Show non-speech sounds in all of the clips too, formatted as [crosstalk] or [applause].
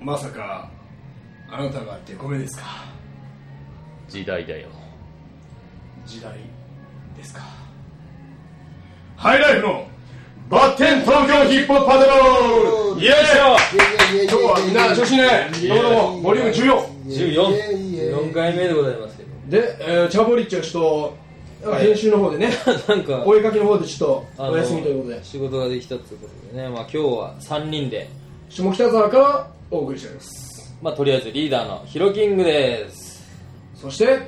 まさかあなたがデコめですか時代だよ時代ですかハイライフのバッテン東京ヒップホップパトロールイエーイ今日はみんな調子ねどうもボリューム14 14回目でございますけどで、えー、チャボリッチはちょっと編集の方で [laughs] ね [laughs] なんかお絵かきの方でちょっあとのお休みということで仕事ができたということでね、まあ、今日は3人で、下北沢からお送りしておりますまあ、とりあえずリーダーのヒロキングですそして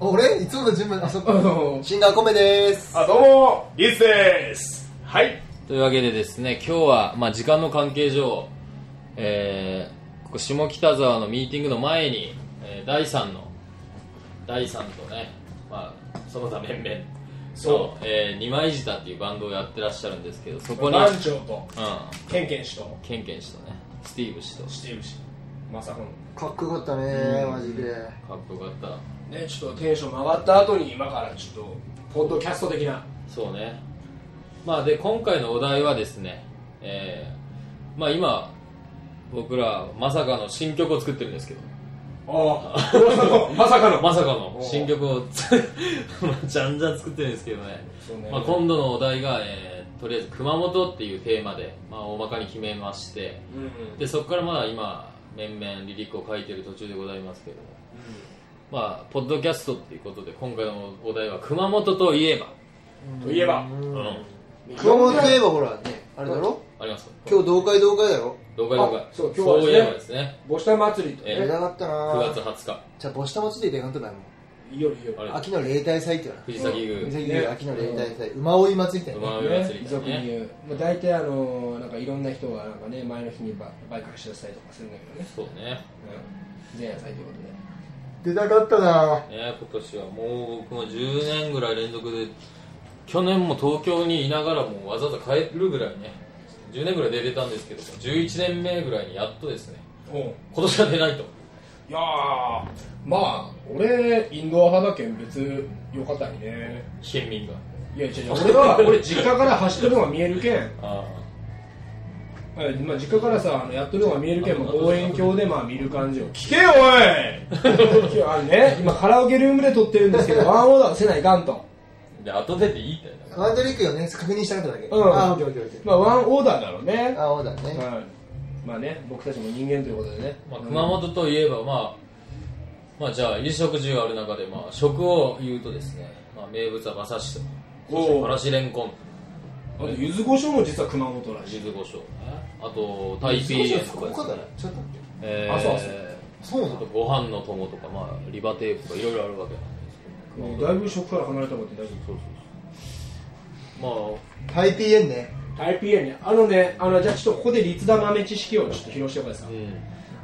俺いつもの順番あそあこのシンガーコメですあどうもリスですはいというわけでですね今日は、まあ、時間の関係上、えーここ下北沢のミーティングの前に、えー第3の第3とね、まあ、その他面々、そうえー、二枚舌っていうバンドをやってらっしゃるんですけどそこに、うん、番長とケンケン氏とケンケン氏とねスティーブ氏とスティーブ氏マサコンかっこよかったねマジでかっこよかったねちょっとテンション上がった後に今からちょっとポッドキャスト的なそうねまあで今回のお題はですねえーまあ今僕らまさかの新曲を作ってるんですけどああ [laughs] まさかのまさかの新曲を [laughs] つまあじゃんじゃん作ってるんですけどねそうねまあ、今度のお題が、えーとりあえず熊本っていうテーマで、まあ、大まかに決めましてうんうんでそこからまあ今面々リリックを書いてる途中でございますけどもまあポッドキャストっていうことで今回のお題は熊本といえば、といえばうん熊本といえばほらねあれだろあります今日同会同会だろ動画動画あそう今日はですねいえばですね母子体祭りとえ出ねなかった9な月20日じゃあ母子玉ついていかんとだもんいいよいいよあれ秋の例大祭って言わ藤崎れ宮水着秋の例大祭馬追い祭りみたいな馬ね追いね祭りだ俗にね言う、まあ、大体あのなんかいろんな人がなんかね前の日にババイク走らせたりとかするんだけどね、そうねうん、前夜祭ということで出たかったなね今年はもう僕も10年ぐらい連続で去年も東京にいながらもわざわざ帰るぐらいね10年ぐらい出れたんですけども11年目ぐらいにやっとですねお今年は出ないといやーまあ俺インドア派だけん別よかったりね県民がいや違う違う俺は俺実家から走ってるのが見えるけん、あえまあ、実家からさあのやってるのが見えるけん、まあ、望遠鏡でまあ見る感じを聞けよおいいや [laughs] あのね今カラオケルームで撮ってるんですけ [laughs] どワンオーダーせないかんと、あで後出ていいってなワンドリックをね確認したかっただけうんあオッケーオッケーオッケまあ、ワンオーダーだろうねーあそうだねはい、まあね僕たちも人間ということでね、まあ、熊本といえば、まあ、まあじゃあ衣食住ある中で、まあ、食を言うとですね、まあ、名物は馬刺しとそしおてうからしれんこんあと柚子胡椒も実は熊本らしい柚子胡椒あとタイピ少ーエしスことかこかですねだろちょっと待ってえあそうそうそうなあとのご飯の友とか、まあ、リバテープとかいろいろあるわけなんですもうだいぶ食から離れたことになるそうそうそうまタイピーエンねタイ PA ねあのねあのじゃあちょっとここで立田豆知識をちょっと披露してくださあい、う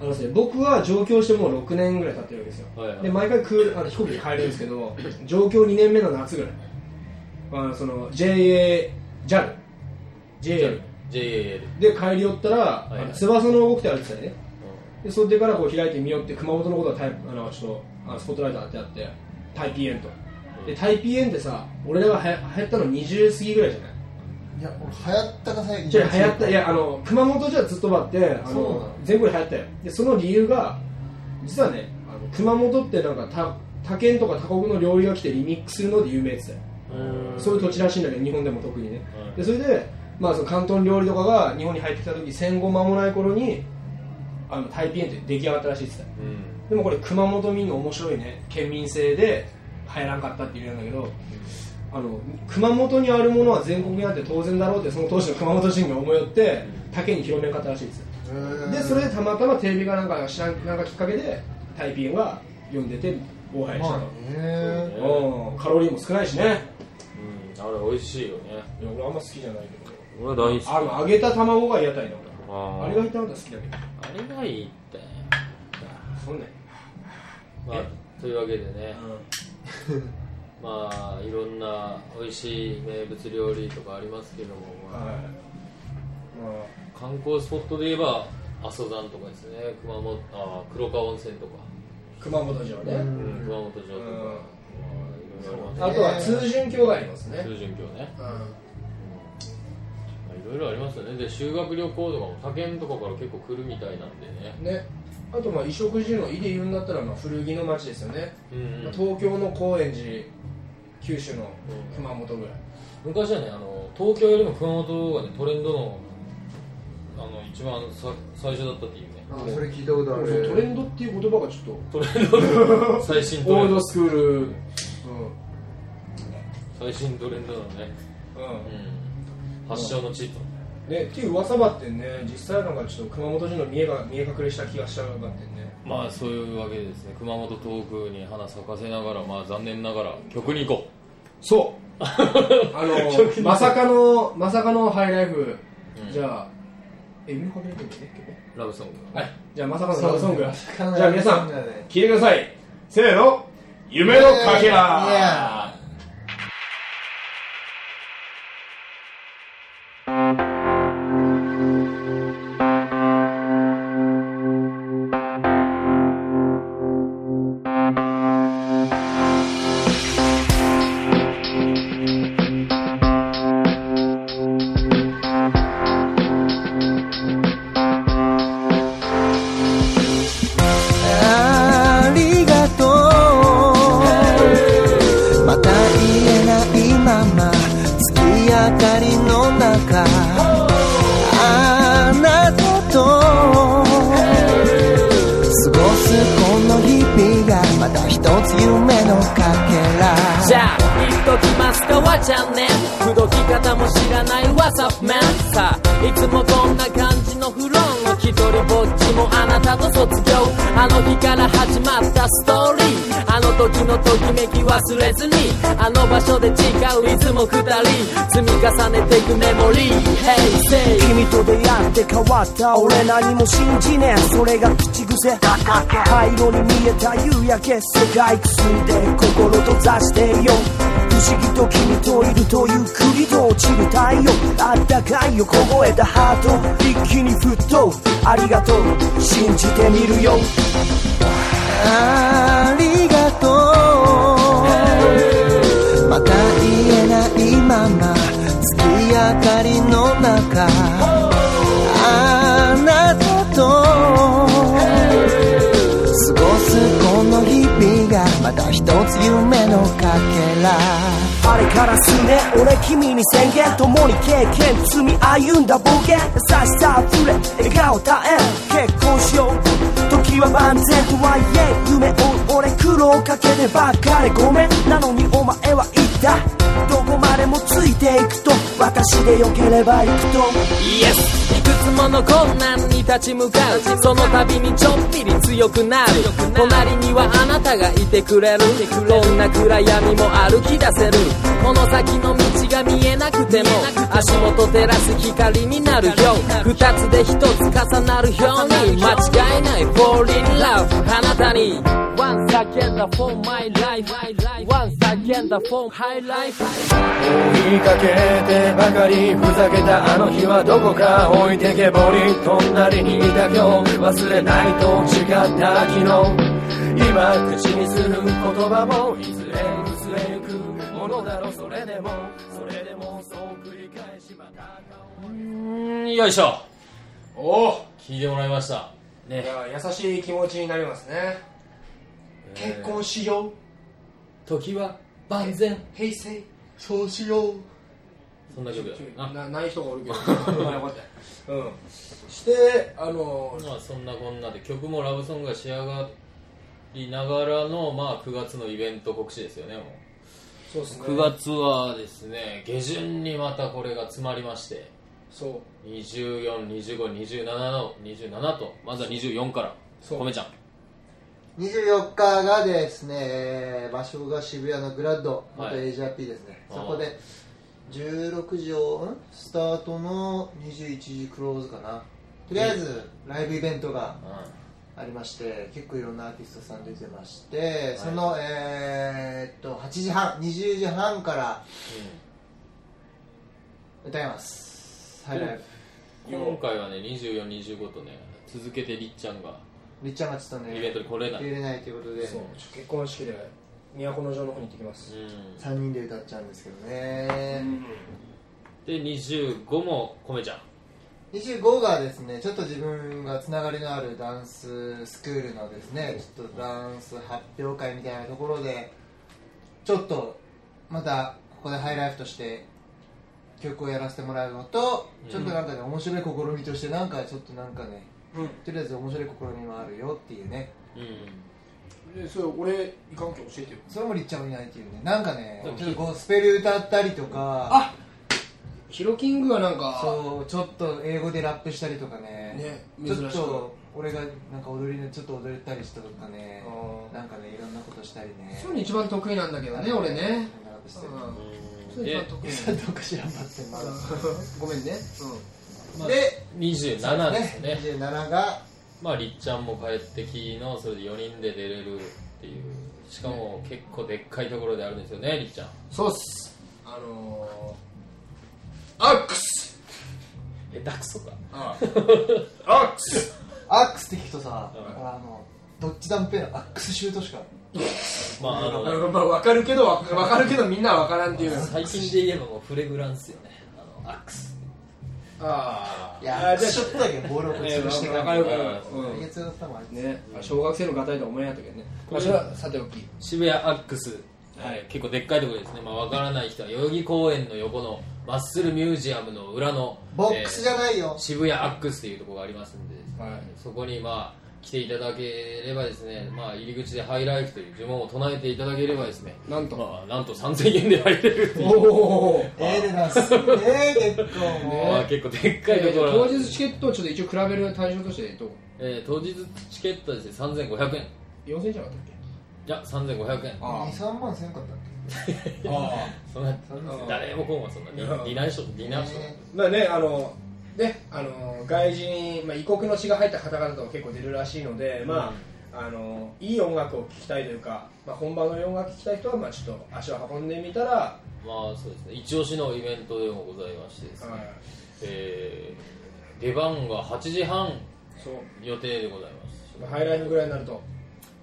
あのですね、僕は上京してもう6年ぐらい経ってるわけですよ、はいはいで毎回くあの飛行機で帰るんですけど上京2年目の夏ぐらいあのその JAJAL ん JAL で帰り寄ったら、いはいあの翼の動きってあるんですよねでそれでからこう開いてみようって熊本のことはタイプあのちょっとあのスポットライト当てあってタイピーエンとでタイピーエンってさ俺らがはや流行ったの20過ぎぐらいじゃないいや俺流行ったか最じゃあ近流行ったいやあの熊本じゃずっとばってあそうなのの全国で流行ったよでその理由が実はねあの熊本ってなんか他他県とか他国の料理が来てリミックスするので有名って言ってたよそういう土地らしいんだけど日本でも特にね、はいでそれで、まあ、その広東料理とかが日本に入ってきた時戦後間もない頃にあのタイピーエンって出来上がったらしいって言ってたようでんもこれ熊本民の面白いね県民性で入らんかったっていうんだけど、あの熊本にあるものは全国にあって当然だろうってその当時の熊本人が思いよって他県に広めんかったらしいですよでそれでたまたまテレビがなんか知らんなんかきっかけでタイピンが呼んでて大流行りしたまと、あねうんカロリーも少ないしねうんあれ美味しいよねいや俺あんま好きじゃないけど俺は大好きあの揚げた卵が屋台だあ俺あれが一番好きだけどあれがいいってそんなんやまあというわけでねまあいろんな美味しい名物料理とかありますけども、はいまあまあ観光スポットで言えば阿蘇山とかですね熊本あ黒川温泉とか、熊本城ね、うん、熊本城とうか、んまあいろいろありまあすとは通潤橋がありますね通順橋ね、うんまあいいろいろありますよねで修学旅行とかも他県とかから結構来るみたいなんでねねあとまあ衣食住の「い」で言うんだったらまあ古着の町ですよね、うんうんまあ東京の高円寺九州の熊本ぐらい、昔はねあの東京よりも熊本がねトレンドのあの一番さ最初だったっていうねあそれ聞いたことあでもそのトレるンドっていう言葉がちょっトレンドの最新とトオーレンルドドスクールうん最新トレンドのね、うんうん、発祥の地と、ね、っていう噂ばってんね実際なんかちょっと熊本人の見えが見え隠れした気がしちゃうばってんねまあそういうわけでですね熊本東区に花咲かせながらまあ残念ながら曲に行こそう [laughs] あ [laughs] のまさかのまさかのハイライフ、うんじゃあえ耳かけてるんだね結うラブソング構はいじゃあまさかのラブソング、まさかのじゃあ皆さラブんソングだね聞いてくださいせーの夢のかけら、いやありがとうまた言えないまま月明かりの中あなたと過ごすこの日々がまた一つ夢のかけらじゃあ言っときますかわちゃんね口説き方も知らない What's up man さあいつもこんな感じのフロン一人ぼっちもあなたと卒業あの日から始まったストーリーあの時のときめき忘れずにあの場所で違ういつも二人積み重ねていくメモリー Hey say 君と出会って変わった俺何も信じねえそれが口癖だだけ背後に見えた夕焼け世界くすんで心と座してよ不思議と君といるとゆっくりと落ちる太陽あったかいよ凍えたハート一気に沸騰ありがとう信じてみるよありがとうまた言えないまま月明かりの中あなたと過ごすこの日々がまた一つ夢のかけらあれから数年俺君に宣言共に経験積み歩んだ冒険優しさ溢れ笑顔絶えん結婚しよう時は万全とはいえ夢を追う俺苦労かけてばっかりごめんなのにお前は言ったどこまでもついていくと私でよければ行くとイエスいくつもの困難に立ち向かうその度にちょっぴり強くなる隣にはあなたがいてくれるどんな暗闇も歩き出せるこの先の道が見えなくても足元照らす光になるよ二つで一つ重なるように間違いない Fall in love あなたに Once again the for my life Once again the for high life 追いかけてばかりふざけたあの日はどこか置いてけぼり隣にいた今日忘れないと誓った昨日今口にする言葉もいずれ薄れゆくものだろうそれでもそれでもそう繰り返しまたうんよいしょおお聞いてもらいましたいや優しい気持ちになりますね、結婚しよう時は万全平成そうしようそんな曲だったななない人がおるけどまあよかった [laughs] うんしてあのまあそんなこんなで曲もラブソングが仕上がりながらの、まあ、9月のイベント告知ですよねもそうですねう9月はですね下旬にまたこれが詰まりましてそう242527の27とまずは24からそう米ちゃん24日がですね場所が渋谷のグラッド元はい AJRP ですね、あーそこで16時をんスタートの21時クローズかなとりあえずライブイベントがありまして結構いろんなアーティストさん出てまして、そのえー、っと8時半20時半から歌います、はいライブうん今回はね2425とね続けてりっちゃんがりっちゃんがちょっとねイベントに来れない出れないということでそうちょ結婚式で都の城の方に行ってきます、うん3人で歌っちゃうんですけどね、で25も米ちゃん25がですねちょっと自分がつながりのあるダンススクールのですねちょっとダンス発表会みたいなところでちょっとまたここでハイライフとして曲をやらせてもらうのとちょっとなんかね面白い試みとしてなんかちょっとなんかねとりあえず面白い試みもあるよっていうねうんでそれ俺いかんけん教えてよそれもりっちゃんもいないっていうねなんかねでもちょっとゴスペル歌ったりとかあヒロキングがなんかそうちょっと英語でラップしたりとかねねちょ珍っしくと俺がなんか踊りのちょっと踊れたりしたとかねあーなんかねいろんなことしたりねそういうの一番得意なんだけどね俺ねいろんなことしうてるんそういうの一番で得意ちょっと知らんかってまだうん [laughs] ごめんねで27ですねね27がまありっちゃんも帰ってきのそれで4人で出れるっていうしかも結構でっかいところであるんですよねりっちゃんそうっすあのーアックスえ下手くそかアックスアックスって聞くとさあのどっちだんぺのアックスシュートしか [laughs] まああまあのまあわかるけどわわかるけどみんなはわからんっていう最近で言えばもうフレグランスよねあのアックスあいーやアあックスシじョットだけボールをこう潰してゃあわかからるねわかる来月だったもんあれうんね小学生の方やと思えないときねまあそれはさておき渋谷アックス、はい、結構でっかいところですね、まあ、わからない人は代々木公園の横のマッスルミュージアムの裏のボックスじゃないよ渋谷アックスというところがありますんで、はいそこにまあ来ていただければですね、まあ、入り口でハイライフという呪文を唱えていただければですねなんとまあ、なんと3000円で入れ [laughs] るっていう、おおエレガンスねえ結構もまうあ、結構でっかいところ当なんで日チケットをちょっと一応比べる対象としてどうえー当日チケットはですね3500円い4000円じゃなかったっけや3500円23万せんかったっあそんな誰もこうはそんなディディナーショーディけナーショーねまあねあのねあの外人、まあ、異国の血が入った方々とか結構出るらしいので、まああのいい音楽を聴きたいというか、まあ、本場の音楽聴きたい人はまあちょっと足を運んでみたら、はまあそうですね一押しのイベントでもございましてですね、い、えー出番が8時半そう予定でございますまあハイライフぐらいになると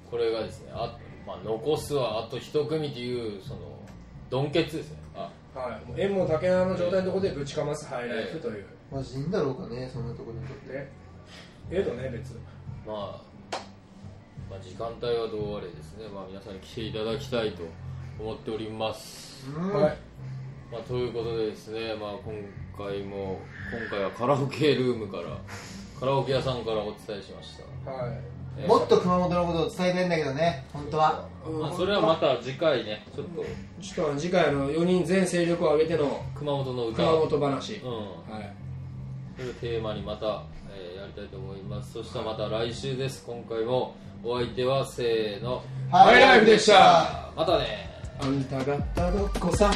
これがですねあ、まあ、残すはあと一組というそのドンケツですねあはいもう縁も竹縄の状態のところでぶちかますハイライフという、マジでいいんだろうかねそんなとこで撮ってねええとね別まあ、まあ時間帯はどうあれですね、まあ、皆さんに来ていただきたいと思っております、うんはいまあ、ということでですね、まあ、今回も今回はカラオケルームからカラオケ屋さんからお伝えしました、はいえーもっと熊本のことを伝えたいんだけどね、本当は。まあ、それはまた次回ねちょっとちょっとあの次回あの4人全勢力を挙げての熊本の歌熊を本話、うんはいというテーマにまた、えーやりたいと思いますそしたらまた来週です今回もお相手はせーのハイライフでしたまたねあんた方どこさ